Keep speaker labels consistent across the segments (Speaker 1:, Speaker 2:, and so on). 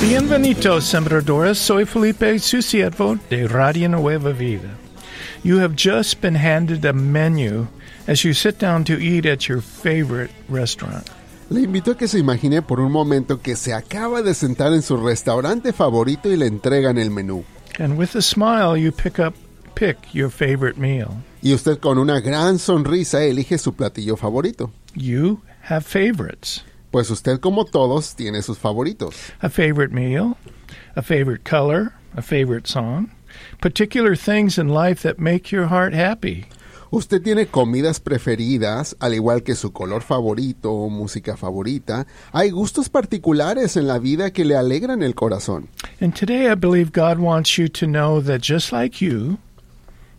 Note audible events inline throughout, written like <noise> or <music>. Speaker 1: Bienvenidos, sembradores. Soy Felipe, su siervo de Radio Nueva Vida. You have just been handed a menu as you sit down to eat at your favorite restaurant.
Speaker 2: Le invito a que se imagine por un momento que se acaba de sentar en su restaurante favorito y le entregan el menú.
Speaker 1: And with a smile, you pick up pick your favorite meal.
Speaker 2: Y usted con una gran sonrisa elige su platillo favorito.
Speaker 1: You have favorites.
Speaker 2: Pues usted como todos tiene sus favoritos.
Speaker 1: A favorite meal, a favorite color, a favorite song, particular things in life that make your heart happy.
Speaker 2: Usted tiene comidas preferidas, al igual que su color favorito o música favorita. Hay gustos particulares en la vida que le alegran el corazón.
Speaker 1: And today I believe God wants you to know that just like you,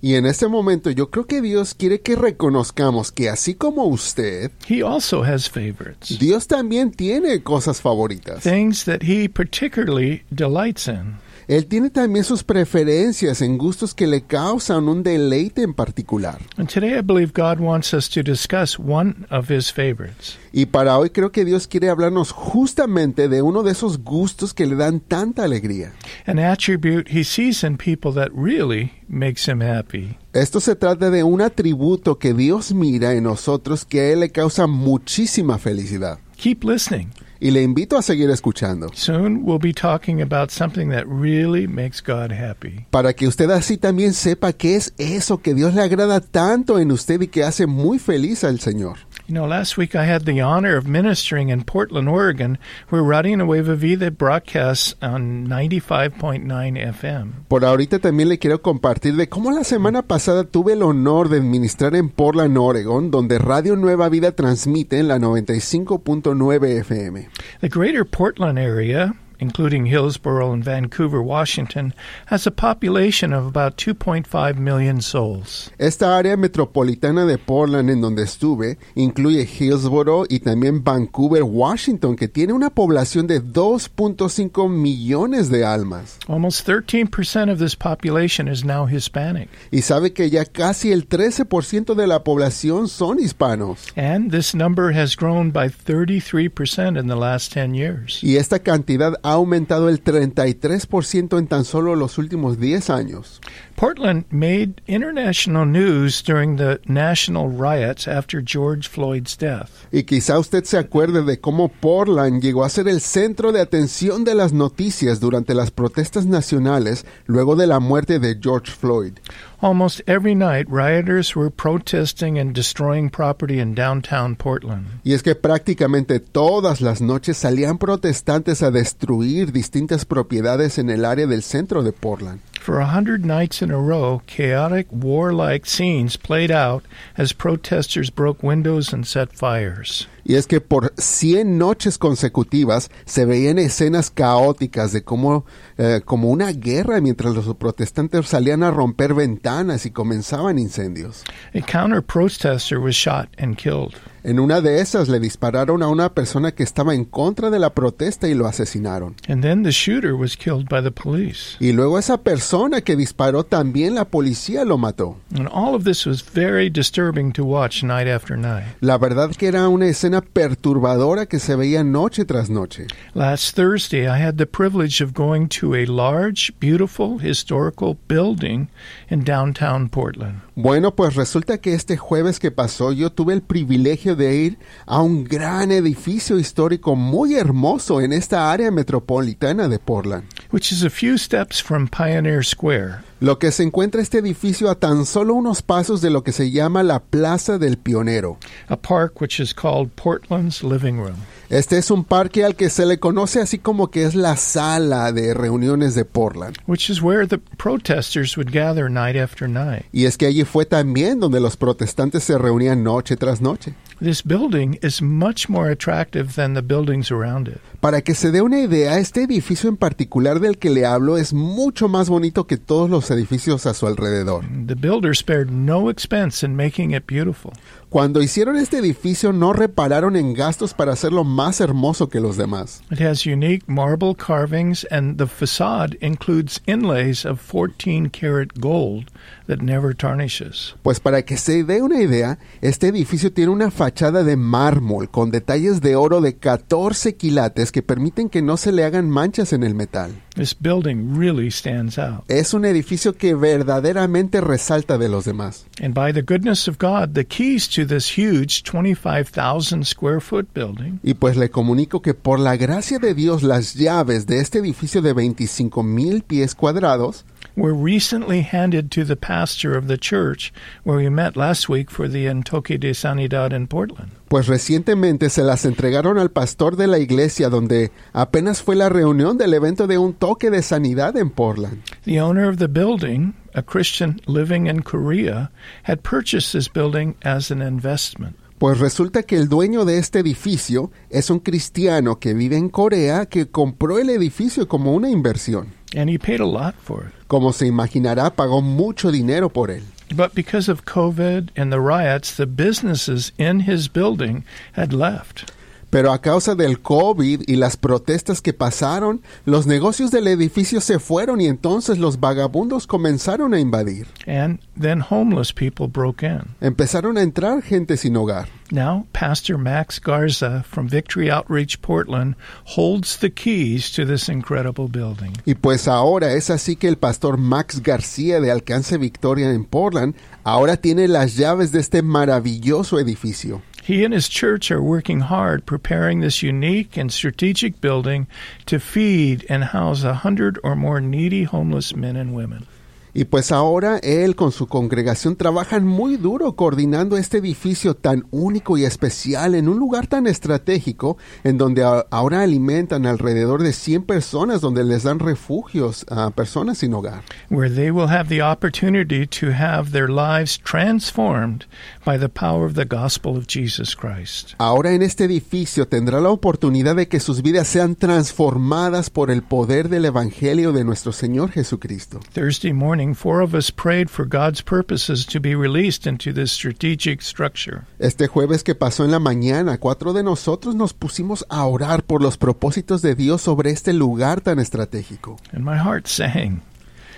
Speaker 2: Y en este momento yo creo que Dios quiere que reconozcamos que así como usted,
Speaker 1: he also has favorites.
Speaker 2: Dios también tiene cosas favoritas.
Speaker 1: Things that he particularly delights in.
Speaker 2: Él tiene también sus preferencias en gustos que le causan un deleite en particular.
Speaker 1: And today I believe God wants us to discuss one of his favorites.
Speaker 2: Y para hoy creo que Dios quiere hablarnos justamente de uno de esos gustos que le dan tanta alegría.
Speaker 1: an attribute he sees in people that really makes him happy.
Speaker 2: Esto se trata de un atributo que Dios mira en nosotros que a Él le causa muchísima felicidad.
Speaker 1: Keep listening.
Speaker 2: Y le invito a seguir escuchando,
Speaker 1: Soon we'll be talking about something that really makes God happy.
Speaker 2: para que usted así también sepa qué es eso que Dios le agrada tanto en usted y que hace muy feliz al Señor.
Speaker 1: You know, last week I had the honor of ministering in Portland, Oregon, where Radio Nueva Vida broadcasts on 95.9 FM.
Speaker 2: Por ahorita también le quiero compartir de cómo la semana pasada tuve el honor de administrar en Portland, Oregon, donde Radio Nueva Vida transmite en la 95.9 FM.
Speaker 1: The greater Portland area, including Hillsboro and Vancouver, Washington, has a population of about 2.5 million souls.
Speaker 2: Esta área metropolitana de Portland en donde estuve incluye Hillsboro y también Vancouver, Washington, que tiene una población de 2.5 millones de almas.
Speaker 1: Almost 13% of this population is now Hispanic.
Speaker 2: Y sabe que ya casi el 13% de la población son hispanos.
Speaker 1: And this number has grown by 33% in the last 10 years.
Speaker 2: Y esta cantidad ha aumentado el 33% en tan solo los últimos 10 años.
Speaker 1: Portland made international news during the national riots after George Floyd's death.
Speaker 2: Y quizá usted se acuerde de cómo Portland llegó a ser el centro de atención de las noticias durante las protestas nacionales luego de la muerte de George Floyd.
Speaker 1: Almost every night, rioters were protesting and destroying property in downtown Portland.
Speaker 2: Y es que prácticamente todas las noches salían protestantes a destruir distintas propiedades en el área del centro de Portland.
Speaker 1: For a hundred nights in a row, chaotic, warlike scenes played out as protesters broke windows and set fires.
Speaker 2: Y es que por 100 noches consecutivas se veían escenas caóticas de cómo, eh, como una guerra mientras los protestantes salían a romper ventanas y comenzaban incendios.
Speaker 1: A counter protester was shot and killed.
Speaker 2: En una de esas le dispararon a una persona que estaba en contra de la protesta y lo asesinaron.
Speaker 1: And then the shooter was killed by the police.
Speaker 2: Y luego esa persona que disparó también la policía lo mató.
Speaker 1: And all of this was very disturbing to watch night after night.
Speaker 2: La verdad que era una escena perturbadora que se veía noche tras noche.
Speaker 1: Last Thursday, I had the privilege of going to a large, beautiful, historical building in downtown Portland.
Speaker 2: Bueno, pues resulta que este jueves que pasó yo tuve el privilegio de ir a un gran edificio histórico muy hermoso en esta área metropolitana de Portland.
Speaker 1: which is a few steps from Pioneer Square.
Speaker 2: Lo que se encuentra este edificio a tan solo unos pasos de lo que se llama la Plaza del Pionero.
Speaker 1: A park which is called Portland's Living Room.
Speaker 2: Este es un parque al que se le conoce así como que es la sala de reuniones de Portland.
Speaker 1: which is where the protesters would gather night after night.
Speaker 2: Y es que allí fue también donde los protestantes se reunían noche tras noche.
Speaker 1: This building is much more attractive than the buildings around it.
Speaker 2: Para que se dé una idea, este edificio en particular del que le hablo es mucho más bonito que todos los edificios a su alrededor.
Speaker 1: The builder spared no expense in making it beautiful.
Speaker 2: Cuando hicieron este edificio no repararon en gastos para hacerlo más hermoso que los demás.
Speaker 1: It has unique marble carvings, and the facade includes inlays of 14 karat gold that never tarnishes.
Speaker 2: Pues para que se dé una idea, este edificio tiene una fachada de mármol con detalles de oro de 14 quilates que permiten que no se le hagan manchas en el metal.
Speaker 1: This building really stands out.
Speaker 2: Es un edificio que verdaderamente resalta de los demás.
Speaker 1: And by the goodness of God, the keys to this huge 25,000 square foot building
Speaker 2: Y pues le comunico que por la gracia de Dios las llaves de este edificio de 25 mil pies cuadrados
Speaker 1: were recently handed to the pastor of the church where we met last week for the Entoque de Sanidad in Portland.
Speaker 2: pues recientemente se las entregaron al pastor de la iglesia donde apenas fue la reunión del evento de un toque de sanidad en Portland.
Speaker 1: The owner of the building, a Christian living in Korea, had purchased this building as an investment.
Speaker 2: Pues resulta que el dueño de este edificio es un cristiano que vive en Corea que compró el edificio como una inversión.
Speaker 1: and he paid a lot for it.
Speaker 2: Como se imaginará, pagó mucho dinero por él.
Speaker 1: But because of COVID and the riots, the businesses in his building had left.
Speaker 2: Pero a causa del COVID y las protestas que pasaron, los negocios del edificio se fueron y entonces los vagabundos comenzaron a invadir.
Speaker 1: And then homeless people broke in.
Speaker 2: Empezaron a entrar gente sin hogar.
Speaker 1: Now, Pastor Max Garza from Victory Outreach Portland holds the keys to this incredible building.
Speaker 2: Y pues ahora es así que el pastor Max García de Alcance Victoria en Portland ahora tiene las llaves de este maravilloso edificio.
Speaker 1: He and his church are working hard preparing this unique and strategic building to feed and house a hundred or more needy homeless men and women.
Speaker 2: Y pues ahora él con su congregación trabajan muy duro coordinando este edificio tan único y especial en un lugar tan estratégico en donde a- ahora alimentan alrededor de 100 personas, donde les dan refugios a personas sin hogar.
Speaker 1: where they will have the opportunity to have their lives transformed by the power of the gospel of Jesus Christ.
Speaker 2: Ahora en este edificio tendrá la oportunidad de que sus vidas sean transformadas por el poder del Evangelio de nuestro Señor Jesucristo.
Speaker 1: Thursday morning, four of us prayed for God's purposes to be released into this strategic structure.
Speaker 2: Este jueves que pasó en la mañana, cuatro de nosotros nos pusimos a orar por los propósitos de Dios sobre este lugar tan estratégico.
Speaker 1: And my heart sang.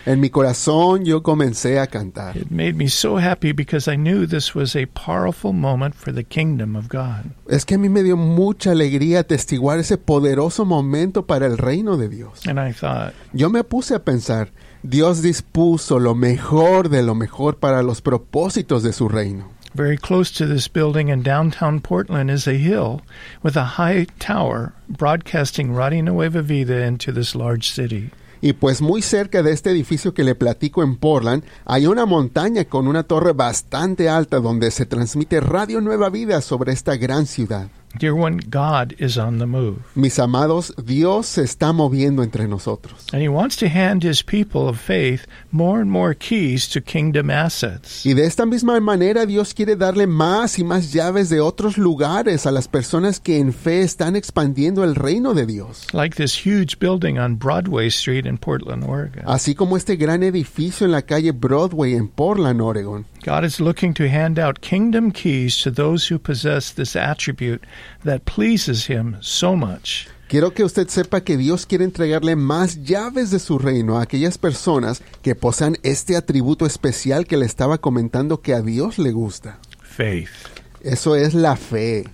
Speaker 2: En mi corazón yo comencé a cantar.
Speaker 1: It made me so happy because I knew this was a powerful moment for the kingdom of God.
Speaker 2: Es que a mí me dio mucha alegría atestiguar ese poderoso momento para el reino de Dios.
Speaker 1: And I thought,
Speaker 2: Yo me puse a pensar, Dios dispuso lo mejor de lo mejor para los propósitos de su reino.
Speaker 1: very close to this building in downtown Portland is a hill with a high tower broadcasting Radio Nueva Vida into this large city.
Speaker 2: Y pues muy cerca de este edificio que le platico en Portland, hay una montaña con una torre bastante alta donde se transmite Radio Nueva Vida sobre esta gran ciudad.
Speaker 1: Dear one, God is on the move,
Speaker 2: Mis amados, Dios se está moviendo entre nosotros.
Speaker 1: and He wants to hand His people of faith more and more keys to kingdom assets.
Speaker 2: Y de esta misma manera Dios quiere darle más y más llaves de otros lugares a las personas que en fe están expandiendo el reino de Dios.
Speaker 1: Like this huge building on Broadway Street in Portland, Oregon.
Speaker 2: Así como este gran edificio en la calle Broadway en Portland, Oregon.
Speaker 1: God is looking to hand out kingdom keys to those who possess this attribute that pleases Him so much.
Speaker 2: Quiero que usted sepa que Dios quiere entregarle más llaves de su reino a aquellas personas que posean este atributo especial que le estaba comentando que a Dios le gusta.
Speaker 1: Faith.
Speaker 2: Eso es la fe.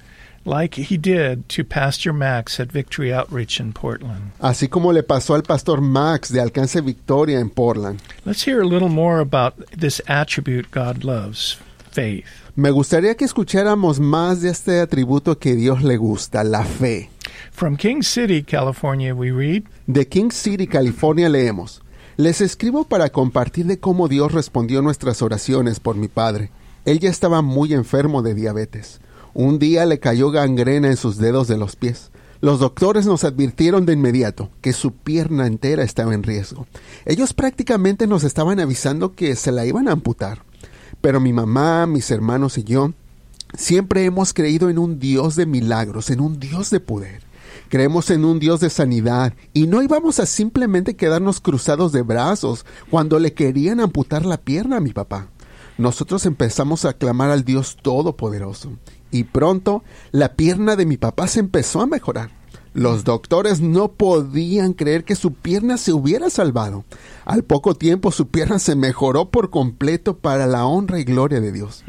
Speaker 1: Like He did to Pastor Max at Victory Outreach in Portland.
Speaker 2: Así como le pasó al pastor Max de Alcance Victoria en Portland.
Speaker 1: Let's hear a little more about this attribute God loves faith.
Speaker 2: Me gustaría que escucháramos más de este atributo que Dios le gusta, la fe.
Speaker 1: From King City, California, we read
Speaker 2: De King City, California, leemos. Les escribo para compartir de cómo Dios respondió nuestras oraciones por mi padre. Él ya estaba muy enfermo de diabetes. Un día le cayó gangrena en sus dedos de los pies. Los doctores nos advirtieron de inmediato que su pierna entera estaba en riesgo. Ellos prácticamente nos estaban avisando que se la iban a amputar. Pero mi mamá, mis hermanos y yo siempre hemos creído en un Dios de milagros, en un Dios de poder. Creemos en un Dios de sanidad y no íbamos a simplemente quedarnos cruzados de brazos cuando le querían amputar la pierna a mi papá. nosotros empezamos a clamar al Dios Todopoderoso. Y pronto la pierna de mi papá se empezó a mejorar. Los doctores no podían creer que su pierna se hubiera salvado. Al poco tiempo su pierna se mejoró por completo para la honra y gloria de Dios.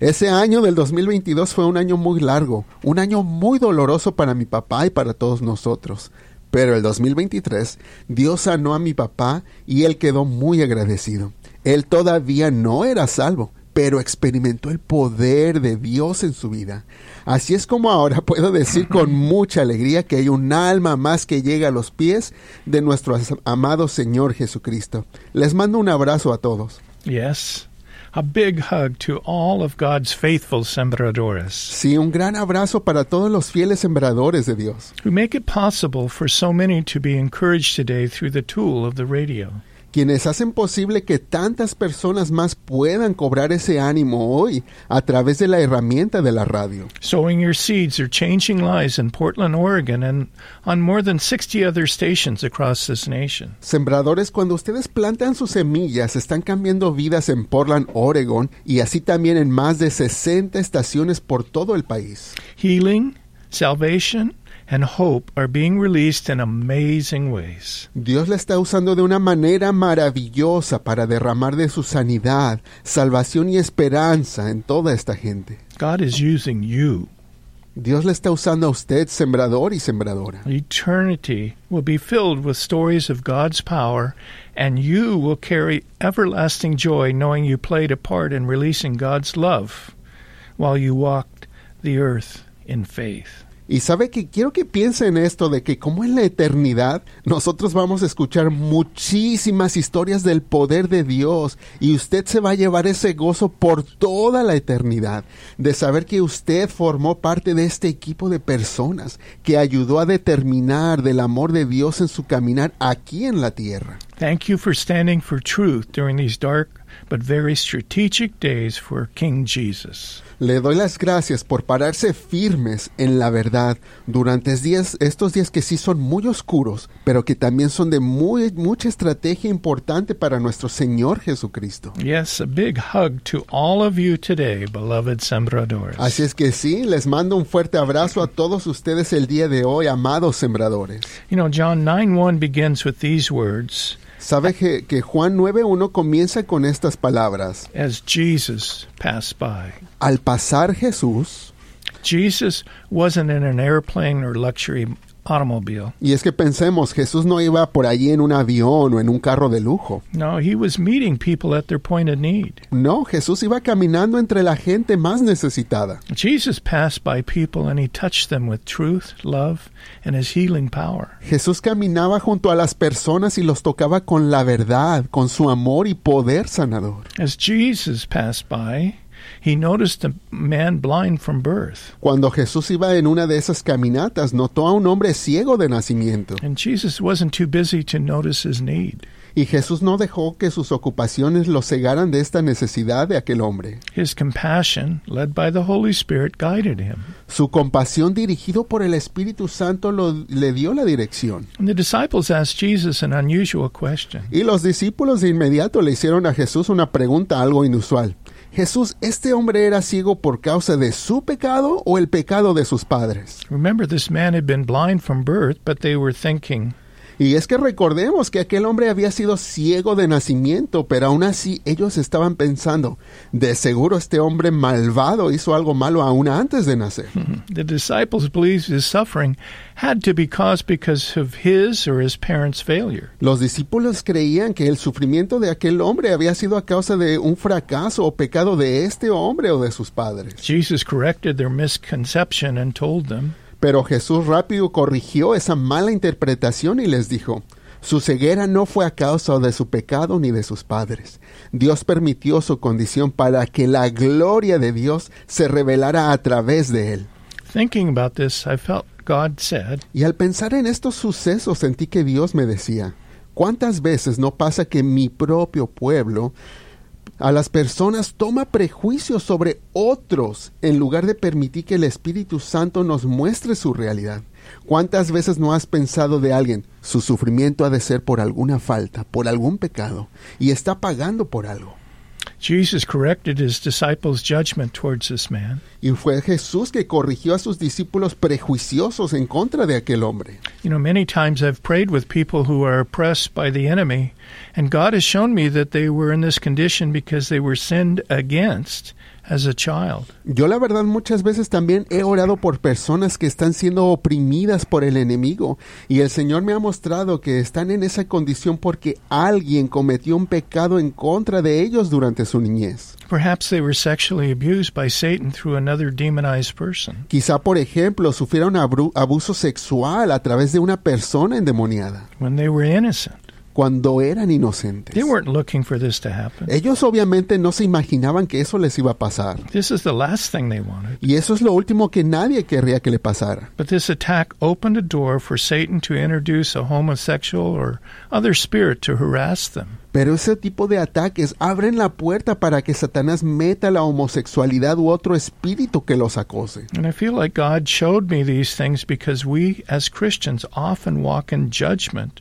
Speaker 2: Ese año del 2022 fue un año muy largo, un año muy doloroso para mi papá y para todos nosotros. Pero el 2023 Dios sanó a mi papá y él quedó muy agradecido. Él todavía no era salvo, pero experimentó el poder de Dios en su vida. Así es como ahora <laughs> puedo decir con mucha alegría que hay un alma más que llega a los pies de nuestro as- amado Señor Jesucristo. Les mando un abrazo a todos.
Speaker 1: Yes. A big hug to all of God's faithful sembradores
Speaker 2: Sí, un gran abrazo para todos los fieles sembradores de Dios,
Speaker 1: who make it possible for so many to be encouraged today through the tool of the radio.
Speaker 2: quienes hacen posible que tantas personas más puedan cobrar ese ánimo hoy a través de la herramienta de la radio.
Speaker 1: Sowing your seeds are changing lives in Portland, Oregon, and on more than 60 other stations across this nation.
Speaker 2: Sembradores, cuando ustedes plantan sus semillas, están cambiando vidas en Portland, Oregon, y así también en más de 60 estaciones por todo el país.
Speaker 1: Healing, salvation, and hope are being released in amazing ways.
Speaker 2: Dios la está usando de una manera maravillosa para derramar de su sanidad, salvación y esperanza en toda esta gente.
Speaker 1: God is using you.
Speaker 2: Dios la está usando a usted, sembrador y sembradora.
Speaker 1: Eternity will be filled with stories of God's power, and you will carry everlasting joy knowing you played a part in releasing God's love while you walked the earth in faith.
Speaker 2: Y sabe que quiero que piense en esto de que como en la eternidad nosotros vamos a escuchar muchísimas historias del poder de Dios y usted se va a llevar ese gozo por toda la eternidad de saber que usted formó parte de este equipo de personas que ayudó a determinar del amor de Dios en su caminar aquí en la tierra.
Speaker 1: Thank you for standing for truth during these dark but very strategic days for King Jesus.
Speaker 2: Le doy las gracias por pararse firmes en la verdad durante es- días- estos días que sí son muy oscuros, pero que también son de muy, mucha estrategia importante para nuestro Señor Jesucristo.
Speaker 1: Yes, a big hug to all of you today, beloved sembradores.
Speaker 2: Así es que sí, les mando un fuerte abrazo a todos ustedes el día de hoy, amados sembradores.
Speaker 1: You know, John 9 1 begins with these words
Speaker 2: Sabe que, que Juan 9.1 comienza con estas palabras.
Speaker 1: as Jesus passed by.
Speaker 2: Al pasar Jesús,
Speaker 1: Jesus wasn't in an airplane or luxury automobile.
Speaker 2: y es que pensemos, Jesús no iba por allí en un avión o en un carro de lujo.
Speaker 1: No, he was meeting people at their point of need.
Speaker 2: No, Jesús iba caminando entre la gente más necesitada.
Speaker 1: Jesus passed by people and he touched them with truth, love, and his healing power.
Speaker 2: Jesús caminaba junto a las personas y los tocaba con la verdad, con su amor y poder sanador.
Speaker 1: As Jesus passed by, he noticed a man blind from birth.
Speaker 2: Cuando Jesús iba en una de esas caminatas, notó a un hombre ciego de nacimiento,
Speaker 1: And Jesus wasn't too busy to notice his need.
Speaker 2: y Jesús no dejó que sus ocupaciones lo cegaran de esta necesidad de aquel hombre.
Speaker 1: His compassion, led by the Holy Spirit, guided him.
Speaker 2: Su compasión dirigido por el Espíritu Santo lo- le dio la dirección.
Speaker 1: And the disciples asked Jesus an unusual question.
Speaker 2: Y los discípulos de inmediato le hicieron a Jesús una pregunta algo inusual. Jesús, ¿este hombre era ciego por causa de su pecado o el pecado de sus padres?
Speaker 1: Remember, this man had been blind from birth, but they were thinking,
Speaker 2: Y es que recordemos que aquel hombre había sido ciego de nacimiento, pero aún así ellos estaban pensando, de seguro este hombre malvado hizo algo malo aún antes de nacer.
Speaker 1: "Hmm, The disciples believed his suffering had to be caused because of his or his parents' failure.
Speaker 2: Los discípulos creían que el sufrimiento de aquel hombre había sido a causa de un fracaso o pecado de este hombre o de sus padres.
Speaker 1: Jesus corrected their misconception and told them,
Speaker 2: Pero Jesús rápido corrigió esa mala interpretación y les dijo, su ceguera no fue a causa de su pecado ni de sus padres. Dios permitió su condición para que la gloria de Dios se revelara a través de él.
Speaker 1: Thinking about this, I felt God said,
Speaker 2: Y al pensar en estos sucesos sentí que Dios me decía, ¿cuántas veces no pasa que mi propio pueblo a las personas toma prejuicios sobre otros en lugar de permitir que el Espíritu Santo nos muestre su realidad? ¿Cuántas veces no has pensado de alguien, su sufrimiento ha de ser por alguna falta, por algún pecado, y está pagando por algo?
Speaker 1: Jesus corrected his disciples' judgment towards this man.
Speaker 2: Y fue Jesús que corrigió a sus discípulos prejuiciosos en contra de aquel hombre.
Speaker 1: You know, many times I've prayed with people who are oppressed by the enemy, and God has shown me that they were in this condition because they were sinned against as a child.
Speaker 2: Yo la verdad muchas veces también he orado por personas que están siendo oprimidas por el enemigo y el Señor me ha mostrado que están en esa condición porque alguien cometió un pecado en contra de ellos durante su niñez.
Speaker 1: Perhaps they were sexually abused by Satan through another demonized person.
Speaker 2: Quizá por ejemplo sufrieron abru- abuso sexual a través de una persona endemoniada
Speaker 1: when they were innocent.
Speaker 2: cuando eran inocentes.
Speaker 1: They weren't looking for this to happen.
Speaker 2: Ellos obviamente no se imaginaban que eso les iba a pasar.
Speaker 1: This is the last thing they wanted.
Speaker 2: Y eso es lo último que nadie querría que le pasara.
Speaker 1: But this attack opened a door for Satan to introduce a homosexual or other spirit to harass them.
Speaker 2: Pero ese tipo de ataques abren la puerta para que Satanás meta la homosexualidad u otro espíritu que los acose.
Speaker 1: And I feel like God showed me these things because we as Christians often walk in judgment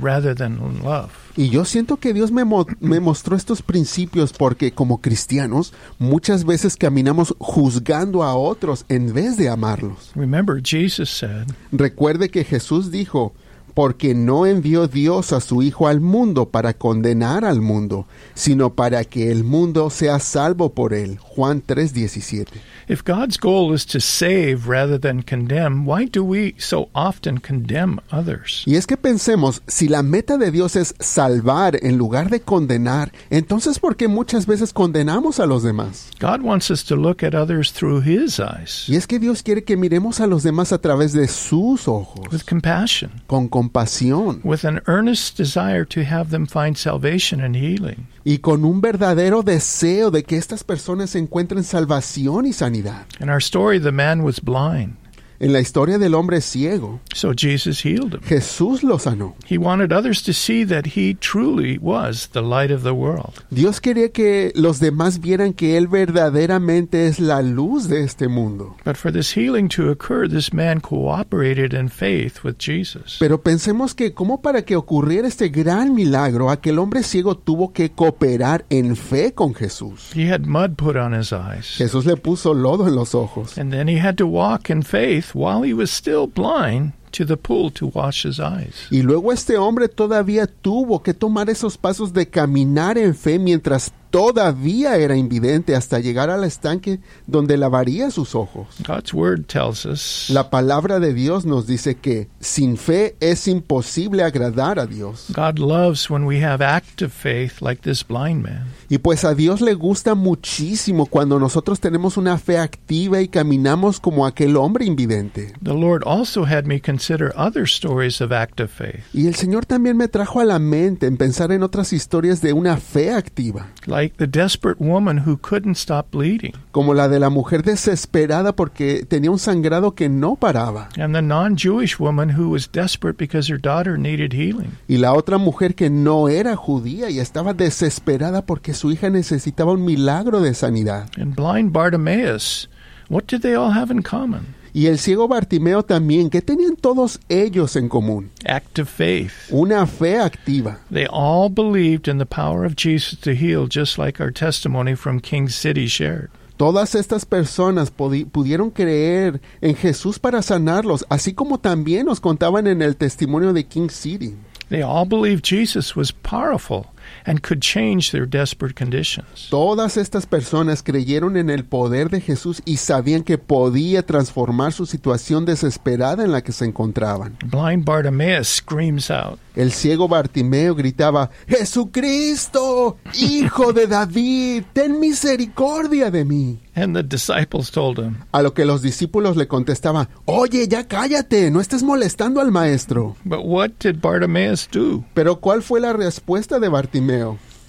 Speaker 1: rather than in love.
Speaker 2: Y yo siento que Dios me, mo- me mostró estos principios porque como cristianos muchas veces caminamos juzgando a otros en vez de amarlos.
Speaker 1: Remember, Jesus said,
Speaker 2: Recuerde que Jesús dijo, porque no envió Dios a su Hijo al mundo para condenar al mundo, sino para que el mundo sea salvo por él. Juan 3:17.
Speaker 1: If God's goal is to save rather than condemn, why do we so often condemn others?
Speaker 2: Y es que pensemos, si la meta de Dios es salvar en lugar de condenar, entonces ¿por qué muchas veces condenamos a los demás?
Speaker 1: God wants us to look at others through His eyes
Speaker 2: Y es que Dios quiere que miremos a los demás a través de sus ojos,
Speaker 1: with compassion,
Speaker 2: con compasión
Speaker 1: with an earnest desire to have them find salvation and healing.
Speaker 2: y con un verdadero deseo de que estas personas encuentren salvación y sanidad.
Speaker 1: In our story, the man was blind,
Speaker 2: En la historia del hombre ciego,
Speaker 1: so Jesus healed him.
Speaker 2: Jesús lo sanó.
Speaker 1: He wanted others to see that he truly was the light of the world.
Speaker 2: Dios quería que los demás vieran que Él verdaderamente es la luz de este mundo.
Speaker 1: But for this healing to occur, this man cooperated in faith with Jesus.
Speaker 2: Pero pensemos que como para que ocurriera este gran milagro, aquel hombre ciego tuvo que cooperar en fe con Jesús.
Speaker 1: He had mud put on his eyes.
Speaker 2: Jesús le puso lodo en los ojos
Speaker 1: And then he had to walk in faith while he was still blind to the pool to wash his eyes.
Speaker 2: y luego este hombre todavía tuvo que tomar esos pasos de caminar en fe mientras todavía era invidente hasta llegar al estanque donde lavaría sus ojos.
Speaker 1: God's word tells us
Speaker 2: La palabra de Dios nos dice que sin fe es imposible agradar a Dios.
Speaker 1: God loves when we have active faith like this blind man.
Speaker 2: Y pues a Dios le gusta muchísimo cuando nosotros tenemos una fe activa y caminamos como aquel hombre invidente.
Speaker 1: The Lord also had me consider other stories of active faith,
Speaker 2: Y el Señor también me trajo a la mente en pensar en otras historias de una fe activa,
Speaker 1: like the desperate woman who couldn't stop bleeding,
Speaker 2: como la de la mujer desesperada porque tenía un sangrado que no paraba,
Speaker 1: and the non Jewish woman who was desperate because her daughter needed healing.
Speaker 2: y la otra mujer que no era judía y estaba desesperada porque su hija necesitaba un milagro de sanidad.
Speaker 1: And blind Bartimaeus, what did they all have in common?
Speaker 2: Y el ciego Bartimeo también, que tenían todos ellos en común?
Speaker 1: Active faith.
Speaker 2: Una fe activa.
Speaker 1: They all believed in the power of Jesus to heal, just like our testimony from King City shared.
Speaker 2: Todas estas personas podi- pudieron creer en Jesús para sanarlos, así como también nos contaban en el testimonio de King City.
Speaker 1: They all believed Jesus was powerful and could change their desperate conditions.
Speaker 2: Todas estas personas creyeron en el poder de Jesús y sabían que podía transformar su situación desesperada en la que se encontraban.
Speaker 1: Blind Bartimaeus screams out,
Speaker 2: El ciego Bartimeo gritaba, Jesucristo, hijo de David, ten misericordia de mí.
Speaker 1: and the disciples told him,
Speaker 2: A lo que los discípulos le contestaban, Oye, ya cállate, no estés molestando al maestro.
Speaker 1: But what did Bartimaeus do?
Speaker 2: Pero ¿cuál fue la respuesta de Bartimeo?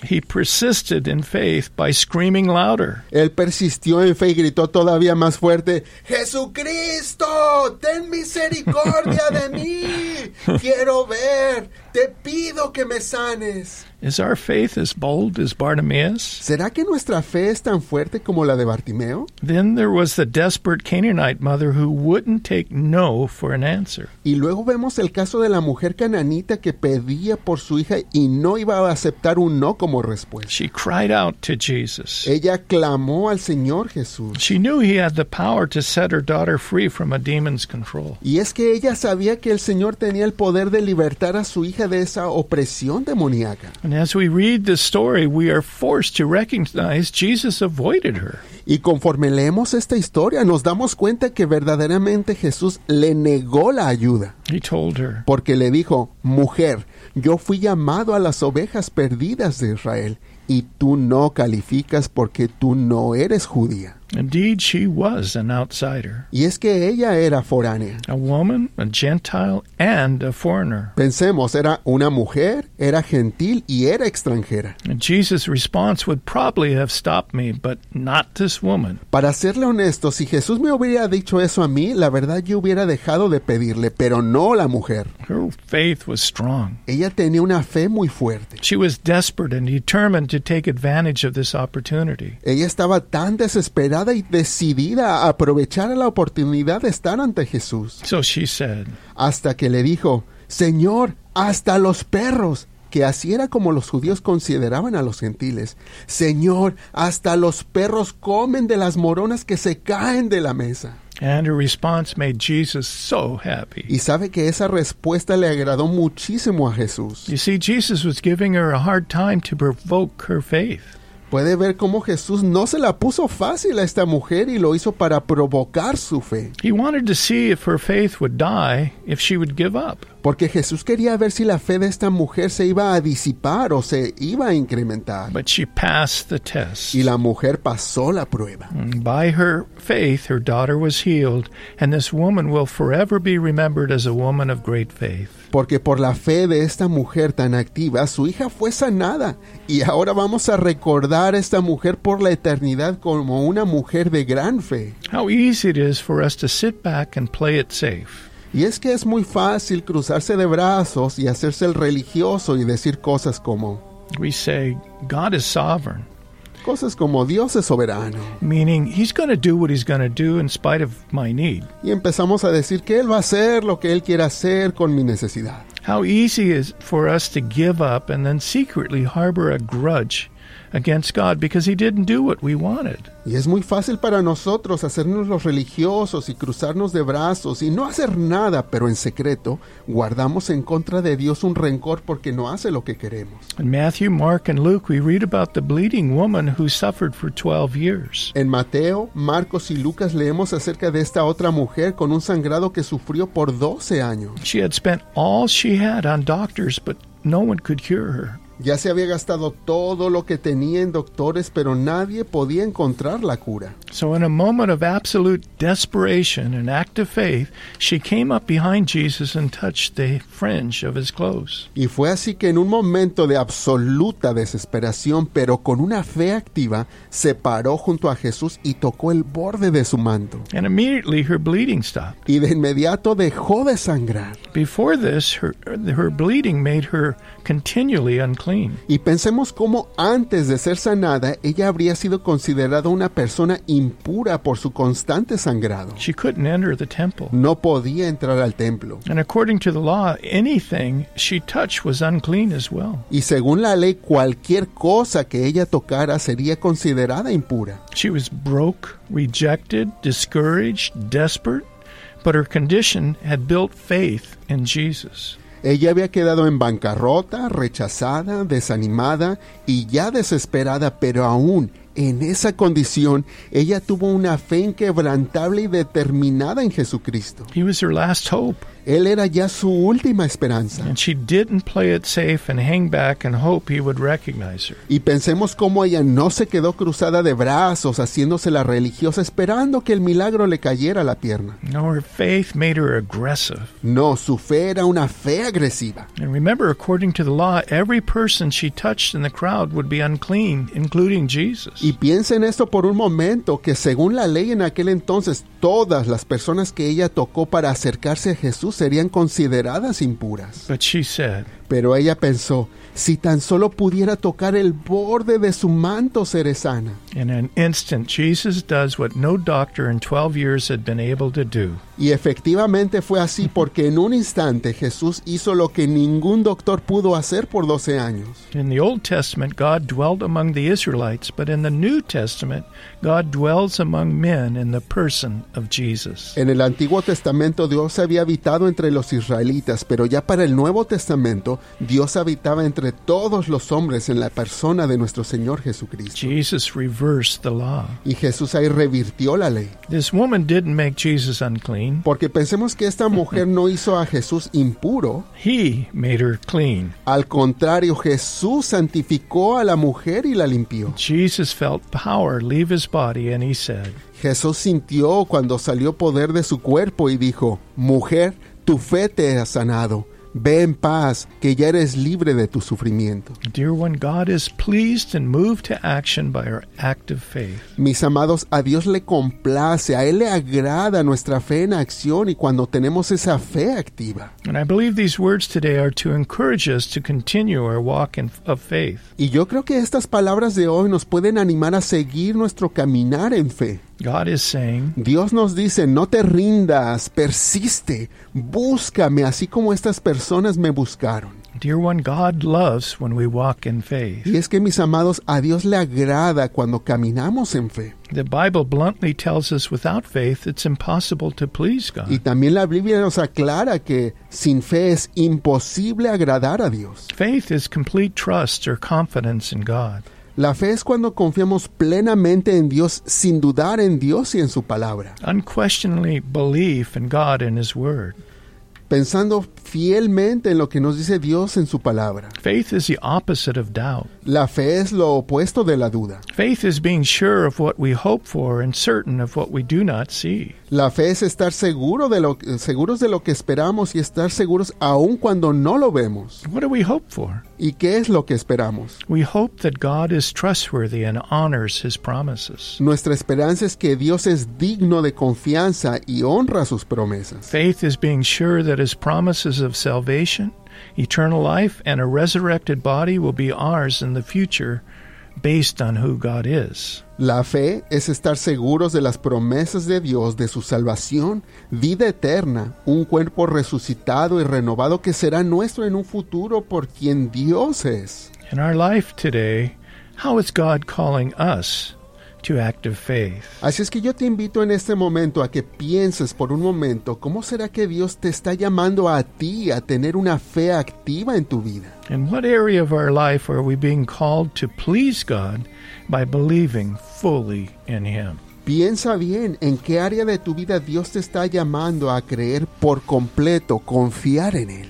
Speaker 1: He persisted in faith by screaming louder.
Speaker 2: Él persistió en fe y gritó todavía más fuerte, Jesucristo, ten misericordia de mí, quiero ver, te pido que me sanes.
Speaker 1: Is our faith as bold as Bartimaeus?
Speaker 2: ¿Será que nuestra fe es tan fuerte como la de Bartimeo?
Speaker 1: Then there was the desperate Canaanite mother who wouldn't take no for an answer.
Speaker 2: Y luego vemos el caso de la mujer cananita que pedía por su hija y no iba a aceptar un no como respuesta.
Speaker 1: She cried out to Jesus.
Speaker 2: Ella clamó al Señor Jesús.
Speaker 1: She knew he had the power to set her daughter free from a demon's control.
Speaker 2: Y es que ella sabía que el Señor tenía el poder de libertar a su hija de esa opresión demoníaca.
Speaker 1: And as we read this story, we are forced to recognize Jesus avoided her.
Speaker 2: Y conforme leemos esta historia nos damos cuenta que verdaderamente Jesús le negó la ayuda.
Speaker 1: He told her,
Speaker 2: Porque le dijo, mujer, yo fui llamado a las ovejas perdidas de Israel y tú no calificas porque tú no eres judía.
Speaker 1: Indeed, she was an outsider,
Speaker 2: Y es que ella era foránea.
Speaker 1: a woman, a Gentile, and a foreigner.
Speaker 2: Pensemos, era una mujer, era gentil y era extranjera.
Speaker 1: And Jesus' response would probably have stopped me, but not this woman.
Speaker 2: Para serle honesto, si Jesús me hubiera dicho eso a mí, la verdad yo hubiera dejado de pedirle, pero no la mujer.
Speaker 1: Her faith was strong.
Speaker 2: Ella tenía una fe muy fuerte.
Speaker 1: She was desperate and determined to take advantage of this opportunity.
Speaker 2: Ella estaba tan desesperada y decidida a aprovechar la oportunidad de estar ante Jesús,
Speaker 1: So she said,
Speaker 2: hasta que le dijo, Señor, hasta los perros, que así era como los judíos consideraban a los gentiles. Señor, hasta los perros comen de las moronas que se caen de la mesa.
Speaker 1: and her response made Jesus so happy.
Speaker 2: Y sabe que esa respuesta le agradó muchísimo a Jesús.
Speaker 1: You see, Jesus was giving her a hard time to provoke her faith.
Speaker 2: Puede ver cómo Jesús no se la puso fácil a esta mujer y lo hizo para provocar su fe.
Speaker 1: He wanted to see if her faith would die, if she would give up.
Speaker 2: Porque Jesús quería ver si la fe de esta mujer se iba a disipar o se iba a incrementar.
Speaker 1: But she passed the test.
Speaker 2: Y la mujer pasó la prueba.
Speaker 1: And By her faith, her daughter was healed, and this woman will forever be remembered as a woman of great faith.
Speaker 2: Porque por la fe de esta mujer tan activa, su hija fue sanada. Y ahora vamos a recordar a esta mujer por la eternidad como una mujer de gran fe.
Speaker 1: How easy it is for us to sit back and play it safe.
Speaker 2: Y es que es muy fácil cruzarse de brazos y hacerse el religioso y decir cosas como
Speaker 1: We say, God is sovereign,
Speaker 2: cosas como Dios es soberano
Speaker 1: meaning He's going to do what He's going to do in spite of my need.
Speaker 2: y empezamos a decir que él va a hacer lo que él quiera hacer con mi necesidad.
Speaker 1: How easy it is for us to give up and then secretly harbor a grudge against God because He didn't do what we wanted.
Speaker 2: Y es muy fácil para nosotros hacernos los religiosos y cruzarnos de brazos y no hacer nada, pero en secreto guardamos en contra de Dios un rencor porque no hace lo que queremos.
Speaker 1: In Matthew, Mark, and Luke, we read about the bleeding woman who suffered for 12 years.
Speaker 2: En Mateo, Marcos y Lucas leemos acerca de esta otra mujer con un sangrado que sufrió por 12 años.
Speaker 1: She had spent all she had on doctors, but no one could cure her.
Speaker 2: Ya se había gastado todo lo que tenía en doctores, pero nadie podía encontrar la cura.
Speaker 1: So, in a moment of absolute desperation and act of faith, she came up behind Jesus and touched the fringe of his clothes.
Speaker 2: Y fue así que en un momento de absoluta desesperación, pero con una fe activa, se paró junto a Jesús y tocó el borde de su manto.
Speaker 1: And immediately her bleeding stopped.
Speaker 2: Y de inmediato dejó de sangrar.
Speaker 1: Before this, her, her bleeding made her continually unclean.
Speaker 2: Y pensemos cómo antes de ser sanada, ella habría sido considerada una persona impura por su constante sangrado.
Speaker 1: She couldn't enter the temple.
Speaker 2: No podía entrar al templo.
Speaker 1: And according to the law, anything she touched was unclean as well.
Speaker 2: Y según la ley, cualquier cosa que ella tocara sería considerada impura.
Speaker 1: She was broke, rejected, discouraged, desperate, but her condition had built faith in Jesus.
Speaker 2: Ella había quedado en bancarrota, rechazada, desanimada y ya desesperada, pero aún en esa condición ella tuvo una fe inquebrantable y determinada en Jesucristo.
Speaker 1: He was her last hope,
Speaker 2: Él era ya su última esperanza.
Speaker 1: and she didn't play it safe and hang back and hope he would recognize her.
Speaker 2: Y pensemos cómo ella no se quedó cruzada de brazos, haciéndose la religiosa, esperando que el milagro le cayera a la pierna.
Speaker 1: No, her faith made her aggressive.
Speaker 2: No, su fe era una fe agresiva.
Speaker 1: And remember, according to the law, every person she touched in the crowd would be unclean, including Jesus.
Speaker 2: Y piensa en esto por un momento, que según la ley en aquel entonces, todas las personas que ella tocó para acercarse a Jesús serían consideradas impuras.
Speaker 1: But she said,
Speaker 2: Pero ella pensó, si tan solo pudiera tocar el borde de su manto seré sana.
Speaker 1: In an instant, Jesus does what no doctor in 12 years had been able to do.
Speaker 2: Y efectivamente fue así porque en un instante Jesús hizo lo que ningún doctor pudo hacer por 12 años.
Speaker 1: In the Old Testament, God dwelt among the Israelites, but in the New Testament, God dwells among men in the person of Jesus.
Speaker 2: En el Antiguo Testamento Dios había habitado entre los israelitas, pero ya para el Nuevo Testamento Dios habitaba entre todos los hombres en la persona de nuestro Señor Jesucristo.
Speaker 1: Jesus reversed the law.
Speaker 2: Y Jesús ahí revirtió la ley.
Speaker 1: This woman didn't make Jesus unclean,
Speaker 2: Porque pensemos que esta mujer no hizo a Jesús impuro,
Speaker 1: he made her clean.
Speaker 2: al contrario Jesús santificó a la mujer y la limpió.
Speaker 1: Jesus felt power leave his body, and he said,
Speaker 2: Jesús sintió cuando salió poder de su cuerpo y dijo, Mujer, tu fe te ha sanado. Ve en paz, que ya eres libre de tu sufrimiento.
Speaker 1: Dear one, God is pleased and moved to action by our active faith.
Speaker 2: Mis amados, a Dios le complace, a Él le agrada nuestra fe en acción y cuando tenemos esa fe activa.
Speaker 1: And I believe these words today are to encourage us to continue our walk in, of faith.
Speaker 2: Y yo creo que estas palabras de hoy nos pueden animar a seguir nuestro caminar en fe.
Speaker 1: God is saying,
Speaker 2: Dios nos dice, no te rindas, persiste, búscame, así como estas personas me buscaron.
Speaker 1: Dear one, God loves when we walk in faith.
Speaker 2: Y es que mis amados, a Dios le agrada cuando caminamos en fe.
Speaker 1: The Bible bluntly tells us without faith it's impossible to please
Speaker 2: Y
Speaker 1: God.
Speaker 2: también la Biblia nos aclara que sin fe es imposible agradar a Dios.
Speaker 1: Faith is complete trust or confidence in God.
Speaker 2: La fe es cuando confiamos plenamente en Dios sin dudar en Dios y en su palabra,
Speaker 1: Unquestioningly belief in God and His Word.
Speaker 2: pensando fielmente en lo que nos dice Dios en su palabra.
Speaker 1: Faith is the opposite of doubt.
Speaker 2: La fe es lo opuesto de la duda.
Speaker 1: Faith is being sure of what we hope for and certain of what we do not see.
Speaker 2: La fe es estar seguro de lo, seguros de lo que esperamos y estar seguros aun cuando no lo vemos.
Speaker 1: What do we hope for?
Speaker 2: ¿Y qué es lo que esperamos?
Speaker 1: We hope that God is trustworthy and honors his promises.
Speaker 2: Nuestra esperanza es que Dios es digno de confianza y honra sus promesas.
Speaker 1: Faith is being sure that his promises of salvation, eternal life, and a resurrected body will be ours in the future based on who God is.
Speaker 2: La fe es estar seguros de las promesas de Dios, de su salvación, vida eterna, un cuerpo resucitado y renovado que será nuestro en un futuro por quien Dios es.
Speaker 1: In our life today, how is God calling us to active faith?
Speaker 2: Así es que yo te invito en este momento a que pienses por un momento cómo será que Dios te está llamando a ti a tener una fe activa en tu vida.
Speaker 1: In what area of our life are we being called to please God by believing fully in him?
Speaker 2: Piensa bien en qué área de tu vida Dios te está llamando a creer por completo, confiar en Él.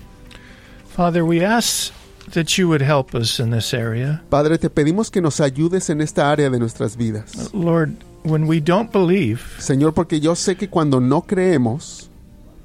Speaker 1: Father, we ask that you would help us in this area.
Speaker 2: Padre, te pedimos que nos ayudes en esta área de nuestras vidas.
Speaker 1: Lord, when we don't believe,
Speaker 2: Señor, porque yo sé que cuando no creemos,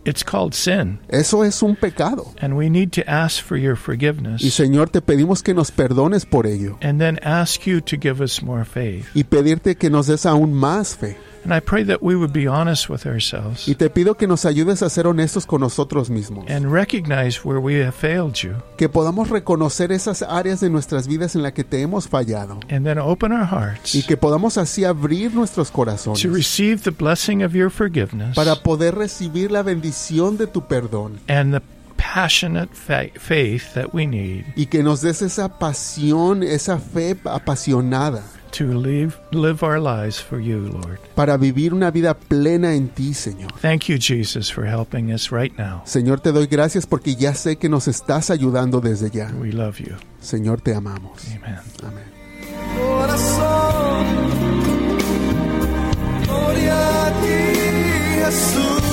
Speaker 1: it's called sin,
Speaker 2: eso es un pecado.
Speaker 1: and we need to ask for your
Speaker 2: Y
Speaker 1: forgiveness
Speaker 2: Señor, te pedimos que nos perdones por ello.
Speaker 1: and then ask you to give us more faith.
Speaker 2: Y pedirte que nos des aún más fe.
Speaker 1: And I pray that we would be honest with ourselves
Speaker 2: Y te pido que nos ayudes a ser honestos con nosotros mismos.
Speaker 1: and recognize where we have failed you,
Speaker 2: Que podamos reconocer esas áreas de nuestras vidas en las que te hemos fallado.
Speaker 1: and then open our hearts
Speaker 2: Y que podamos así abrir nuestros
Speaker 1: to
Speaker 2: corazones.
Speaker 1: receive the blessing of your forgiveness
Speaker 2: para poder recibir la bendición de tu perdón
Speaker 1: and the passionate fa- faith that we need
Speaker 2: y que nos des esa pasión, esa fe apasionada
Speaker 1: to live, live our lives for you, Lord.
Speaker 2: para vivir una vida plena en ti, Señor.
Speaker 1: Thank you, Jesus, for helping us right now.
Speaker 2: Señor, te doy gracias porque ya sé que nos estás ayudando desde ya.
Speaker 1: We love you.
Speaker 2: Señor, te amamos.
Speaker 1: Amen.
Speaker 2: Amén.
Speaker 3: corazón. Gloria a ti, Jesús.